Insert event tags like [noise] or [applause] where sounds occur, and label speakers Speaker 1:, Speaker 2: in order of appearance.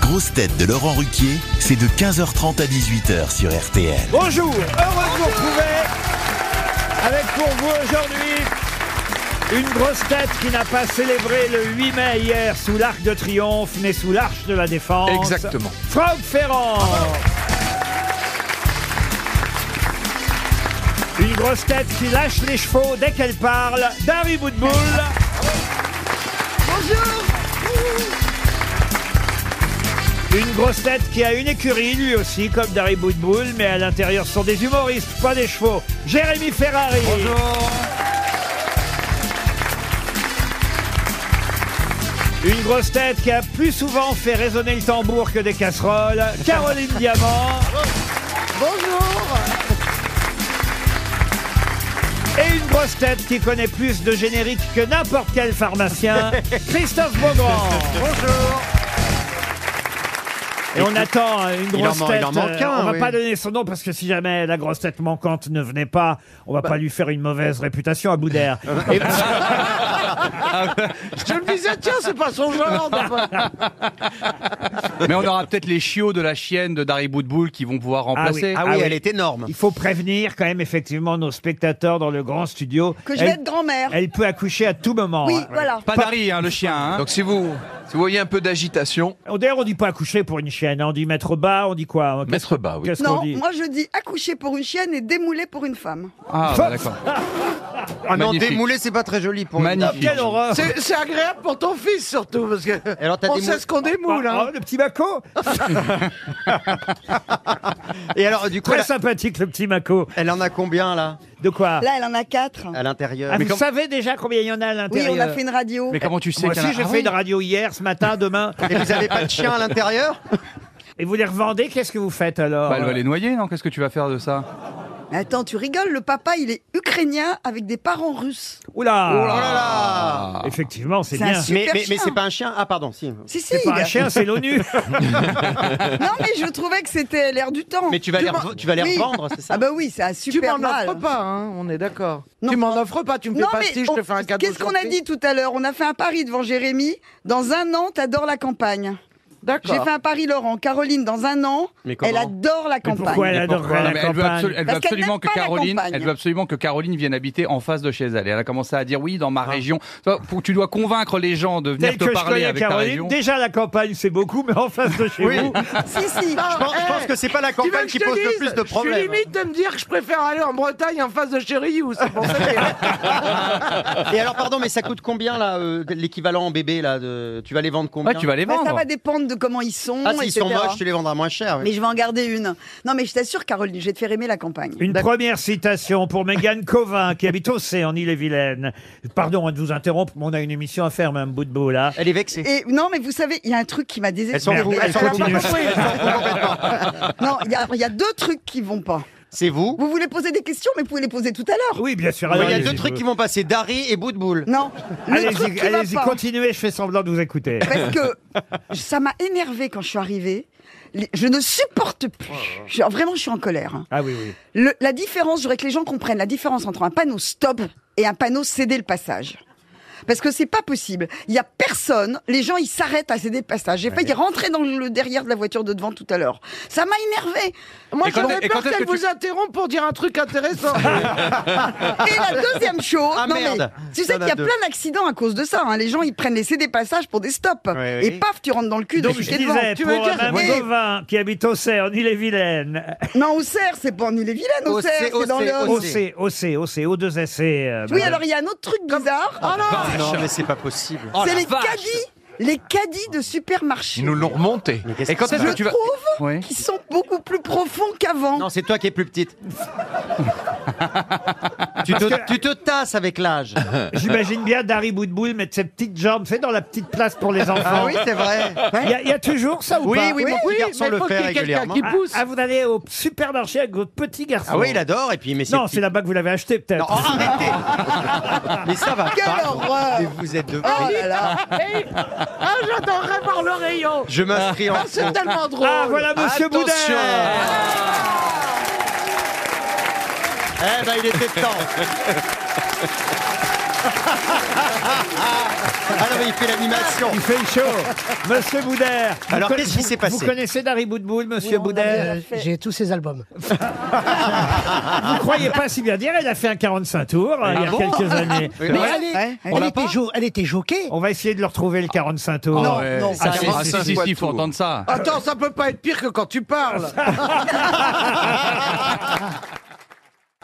Speaker 1: grosses têtes de Laurent Ruquier, c'est de 15h30 à 18h sur RTL.
Speaker 2: Bonjour, heureux de vous retrouver avec pour vous aujourd'hui une grosse tête qui n'a pas célébré le 8 mai hier sous l'Arc de Triomphe, mais sous l'Arche de la Défense.
Speaker 3: Exactement.
Speaker 2: Franck Ferrand. Une grosse tête qui lâche les chevaux dès qu'elle parle, Dari Boudboul. Une grosse tête qui a une écurie, lui aussi, comme Dari Boudboul, mais à l'intérieur ce sont des humoristes, pas des chevaux. Jérémy Ferrari. Une grosse tête qui a plus souvent fait résonner le tambour que des casseroles,
Speaker 3: [laughs]
Speaker 2: Caroline Diamant. Bonjour. Et une grosse tête qui connaît plus de génériques que n'importe quel
Speaker 3: [laughs]
Speaker 2: pharmacien, Christophe Beaugrand. Bonjour. Et on attend euh, une
Speaker 3: Il en
Speaker 2: grosse
Speaker 3: man-
Speaker 2: tête.
Speaker 3: il en manque
Speaker 2: euh,
Speaker 3: un,
Speaker 2: on va
Speaker 3: oui.
Speaker 2: pas donner son nom parce que si jamais la grosse tête manquante ne venait pas, on
Speaker 3: Bah.
Speaker 2: va pas lui faire une mauvaise réputation à bout d'air.
Speaker 3: Euh,
Speaker 2: Et-
Speaker 4: Je me disais, tiens, c'est pas son genre.
Speaker 3: Mais on aura peut-être les chiots de la chienne de Dari Boudboul qui vont pouvoir remplacer.
Speaker 2: Ah oui, elle
Speaker 4: est énorme.
Speaker 2: Il faut prévenir quand même effectivement nos spectateurs dans le grand studio.
Speaker 5: Que je vais
Speaker 2: Elle-
Speaker 5: être grand-mère.
Speaker 2: Elle peut accoucher à tout moment.
Speaker 5: Oui,
Speaker 2: hein.
Speaker 5: voilà.
Speaker 3: Pas Dari, hein, le chien. hein.
Speaker 6: Donc si vous, si vous voyez un peu d'agitation,
Speaker 2: D'ailleurs, on dit pas accoucher pour une chienne. hein. On dit mettre bas, on dit quoi hein Qu'est-ce-
Speaker 6: mettre bas, oui.
Speaker 2: Qu'est-ce qu'on
Speaker 5: Non,
Speaker 2: dit
Speaker 5: moi je dis accoucher pour une chienne et démouler pour une femme.
Speaker 3: Ah, bah, d'accord.
Speaker 7: Ah non,
Speaker 3: Magnifique.
Speaker 7: démoulé, c'est pas très joli pour
Speaker 3: Magnifique.
Speaker 2: Quelle horreur
Speaker 4: C'est c'est agréable pour ton fils, surtout, parce que
Speaker 7: Alors, t'as
Speaker 4: on
Speaker 7: des
Speaker 4: sait
Speaker 7: mou-
Speaker 4: ce qu'on démoule.
Speaker 2: Ah,
Speaker 4: Hein.
Speaker 2: ah, le petit Mako
Speaker 7: une- Et alors, du coup,
Speaker 2: Très
Speaker 7: elle, a-
Speaker 2: sympathique, le petit Mako.
Speaker 7: elle en a combien, là,
Speaker 2: De quoi
Speaker 5: Là, elle en a quatre.
Speaker 7: à l'intérieur
Speaker 2: Ah, Vous savez déjà combien il y en a à
Speaker 5: Oui,
Speaker 2: l'intérieur
Speaker 5: on a fait une radio.
Speaker 3: Mais comment tu sais
Speaker 2: Moi
Speaker 3: qu'il y en a-
Speaker 2: aussi, j'ai
Speaker 3: Ah
Speaker 2: fait
Speaker 3: oui.
Speaker 2: une radio hier, ce matin, demain.
Speaker 7: Et vous avez pas de chien à l'intérieur
Speaker 2: Et vous les revendez, qu'est-ce que vous faites alors
Speaker 3: Bah, elle va les noyer, non Qu'est-ce que tu vas faire de ça
Speaker 5: Mais attends, tu rigoles, le papa il est ukrainien avec des parents russes.
Speaker 2: Oula Ah.
Speaker 7: Oh là là
Speaker 2: Effectivement, c'est
Speaker 5: C'est
Speaker 2: bien.
Speaker 5: un super
Speaker 7: Mais, mais, mais
Speaker 5: chien.
Speaker 7: c'est pas un chien Ah, pardon, si.
Speaker 5: Si, si.
Speaker 2: C'est pas
Speaker 5: il
Speaker 2: un
Speaker 5: a-
Speaker 2: chien, c'est
Speaker 5: [laughs]
Speaker 2: l'ONU.
Speaker 5: Non, mais je trouvais que c'était l'air du temps.
Speaker 7: Mais tu vas les, rev- tu vas les
Speaker 5: Oui.
Speaker 7: revendre, c'est ça
Speaker 5: Ah bah oui, c'est un
Speaker 4: Tu
Speaker 5: super
Speaker 4: m'en
Speaker 5: mal.
Speaker 4: offres pas, hein, on est d'accord.
Speaker 5: Non.
Speaker 4: Tu m'en offres pas, tu me fais
Speaker 5: Non,
Speaker 4: pas
Speaker 5: mais
Speaker 4: si je te
Speaker 5: on-
Speaker 4: fais un cadeau.
Speaker 5: qu'est-ce qu'on a
Speaker 4: gentil.
Speaker 5: dit tout à l'heure On a fait un pari devant Jérémy. Dans un an, t'adores la campagne. J'ai
Speaker 4: D'accord.
Speaker 5: fait un pari, Laurent. Caroline, dans un an,
Speaker 7: Mais comment
Speaker 5: elle adore la
Speaker 2: Mais
Speaker 5: campagne.
Speaker 2: pourquoi elle adorerait
Speaker 3: Non,
Speaker 2: la
Speaker 3: mais elle veut, absolu-
Speaker 2: campagne
Speaker 3: elle veut
Speaker 5: Parce qu'elle
Speaker 3: absolument
Speaker 5: n'aime
Speaker 3: que
Speaker 5: pas la
Speaker 3: Caroline,
Speaker 5: campagne.
Speaker 3: elle veut absolument que Caroline vienne habiter en face de chez elle. Et elle a commencé à dire oui dans ma région. Toi, pour- Tu dois convaincre les gens de venir
Speaker 2: Ah. Tel
Speaker 3: te
Speaker 2: que je
Speaker 3: parler
Speaker 2: connais
Speaker 3: avec ta région.
Speaker 2: Caroline, déjà la campagne c'est beaucoup, mais en face de chez
Speaker 7: Oui.
Speaker 2: vous,
Speaker 5: Si, si.
Speaker 7: Je pense, je pense que c'est pas la
Speaker 4: Tu veux
Speaker 7: campagne
Speaker 4: que
Speaker 7: qui
Speaker 4: je te
Speaker 7: pose le
Speaker 4: dise
Speaker 7: plus de
Speaker 4: Je
Speaker 7: problèmes.
Speaker 4: suis limite de me dire que je préfère aller en Bretagne en face de chérie ou c'est pour ça [laughs] que-
Speaker 7: Et alors, pardon, mais ça coûte combien, là, euh, l'équivalent en bébé, là de... Tu vas les vendre combien
Speaker 3: Ouais, tu vas les
Speaker 5: Bah, ça
Speaker 3: vendre.
Speaker 5: va dépendre de comment ils sont.
Speaker 7: Ah, s'ils sont
Speaker 5: etc..
Speaker 7: moches, tu les vendras moins cher. oui.
Speaker 5: Mais je vais en garder une. Non, mais je t'assure, Caroline, je vais te faire aimer la campagne.
Speaker 2: une première citation pour Mégane Covin qui habite Océ en Ille-et-Vilaine. Pardon hein, de vous interrompre, mais on a une émission à faire, même bout de bout là.
Speaker 7: Elle est vexée.
Speaker 5: Et non, mais vous savez, il y a un truc qui m'a
Speaker 7: Elles sont
Speaker 5: désespérée.
Speaker 7: roux, elles sont
Speaker 2: elle continue.
Speaker 7: roux. Elles sont roux complètement.
Speaker 5: Non, il y, a- il y a deux trucs qui vont pas.
Speaker 7: C'est vous
Speaker 5: Vous voulez poser des questions, mais vous pouvez les poser tout à l'heure.
Speaker 2: Ah, Oui, bien sûr.
Speaker 7: Il y a
Speaker 2: allez-y.
Speaker 7: deux trucs qui vont passer, Dari et Boudboul.
Speaker 5: Non, le truc
Speaker 2: Allez-y,
Speaker 5: qui va
Speaker 2: allez-y,
Speaker 5: pas,
Speaker 2: continuez, je fais semblant de vous écouter.
Speaker 5: parce que ça m'a énervé quand je suis arrivée. Les- Je ne supporte plus. Je- vraiment, je suis en colère. hein.
Speaker 2: Ah oui, oui.
Speaker 5: Le- la différence, je voudrais que les gens comprennent la différence entre un panneau stop et un panneau céder le passage. Parce que c'est pas possible. Il y a personne. Les gens, ils s'arrêtent à céder le passage. J'ai failli rentrer dans le derrière de la voiture de devant tout à l'heure. Ça m'a énervé.
Speaker 4: Moi,
Speaker 3: Et quand-
Speaker 4: j'aurais
Speaker 3: et quand
Speaker 4: peur
Speaker 3: est-ce
Speaker 4: qu'elle
Speaker 3: que
Speaker 4: vous
Speaker 3: tu-
Speaker 4: interrompe pour dire un truc intéressant.
Speaker 5: Et la
Speaker 7: [laughs]
Speaker 5: deuxième chose,
Speaker 7: Ah,
Speaker 5: non,
Speaker 7: merde.
Speaker 5: mais, tu sais
Speaker 7: Il y en
Speaker 5: qu'il
Speaker 7: a
Speaker 5: y a
Speaker 7: deux.
Speaker 5: plein d'accidents à cause de ça. hein. Les gens, ils prennent les céder passages pour des stops.
Speaker 7: Ouais,
Speaker 5: Et
Speaker 7: oui.
Speaker 5: paf, tu rentres dans le cul
Speaker 2: Donc
Speaker 5: de
Speaker 2: je
Speaker 5: qui est devant.
Speaker 2: disais,
Speaker 4: Tu
Speaker 2: pour
Speaker 4: veux dire-
Speaker 2: Mme
Speaker 5: Oui.
Speaker 2: Gauvin, qui habite Océ en Ille-et-Vilaine,
Speaker 5: Non, au cerf, c'est pas en île et vilaine, au
Speaker 7: Au
Speaker 5: cerf,
Speaker 7: cerf, au
Speaker 5: c'est dans
Speaker 7: cerf, au
Speaker 5: le.
Speaker 7: cerf.
Speaker 2: Océ, Océ, Océ, O2SC. euh,
Speaker 5: Oui,
Speaker 2: madame.
Speaker 5: alors il y a un autre truc bizarre.
Speaker 7: Ah, Non, mais c'est pas possible.
Speaker 5: c'est les caddies. Les caddies de supermarché.
Speaker 6: Ils nous l'ont remonté.
Speaker 7: Mais qu'est-ce
Speaker 3: Et quand
Speaker 7: que
Speaker 3: est-ce
Speaker 7: c'est
Speaker 3: que tu vas Oui.
Speaker 5: qui sont beaucoup plus profonds qu'avant.
Speaker 7: Non, c'est toi qui es plus petite. tu, te, tu te tasses avec l'âge.
Speaker 2: J'imagine bien Dari Boudboul mettre ses petites jambes, c'est dans la petite place pour les
Speaker 7: Ah
Speaker 2: enfants.
Speaker 7: oui, c'est vrai.
Speaker 2: Il y, a- il y a toujours ça ou
Speaker 7: Oui,
Speaker 2: pas
Speaker 7: oui, mon petit garçon
Speaker 4: Bah, mais
Speaker 7: le
Speaker 4: faut
Speaker 7: fait
Speaker 4: qu'il y ait quelqu'un
Speaker 7: régulièrement.
Speaker 4: qui
Speaker 2: Ah,
Speaker 4: pousse.
Speaker 2: ah, vous allez au supermarché avec votre petit garçon.
Speaker 7: Ah oui, il adore. Et puis, mais
Speaker 2: Non,
Speaker 7: petit.
Speaker 2: c'est là-bas que vous l'avez acheté
Speaker 7: Non,
Speaker 2: peut-être.
Speaker 7: oh, arrêtez. mais ça va
Speaker 4: Ah,
Speaker 5: Quelle
Speaker 7: pas.
Speaker 4: euh,
Speaker 5: horreur.
Speaker 7: Mais vous êtes de.
Speaker 5: Oh là là.
Speaker 4: Hey, ah, j'adorerais voir le rayon.
Speaker 7: Je m'inscris en.
Speaker 4: Ah, c'est tellement drôle.
Speaker 7: Oh,
Speaker 2: Ah voilà Monsieur Boudin.
Speaker 6: Attention.
Speaker 7: Eh ben, il était temps. Ah non, mais il fait l'animation.
Speaker 2: Il fait chaud. Monsieur Boudère. vous
Speaker 7: Alors,
Speaker 2: conna-
Speaker 7: qu'est-ce qui
Speaker 2: vous-
Speaker 7: s'est passé
Speaker 2: Vous connaissez Dari Boudboul, monsieur
Speaker 8: Oui, on
Speaker 2: Boudère
Speaker 8: avait, euh, J'ai tous ses albums.
Speaker 2: Vous croyez pas si bien dire, elle a fait un 45 tours
Speaker 7: Ah
Speaker 2: euh, il y a
Speaker 3: bon
Speaker 7: [laughs]
Speaker 2: quelques années.
Speaker 8: Mais
Speaker 3: Ouais.
Speaker 8: elle, est-
Speaker 5: Ouais.
Speaker 8: elle
Speaker 5: On
Speaker 3: l'a
Speaker 8: était
Speaker 3: pas
Speaker 8: jo- elle était joquée.
Speaker 2: On va essayer de le retrouver le 45 tours.
Speaker 8: Non,
Speaker 3: Ouais.
Speaker 8: non.
Speaker 3: Ah,
Speaker 8: Ah,
Speaker 3: si,
Speaker 8: c'est-
Speaker 3: si, si, si, faut entendre ça.
Speaker 4: Attends, ça peut pas être pire que quand tu parles.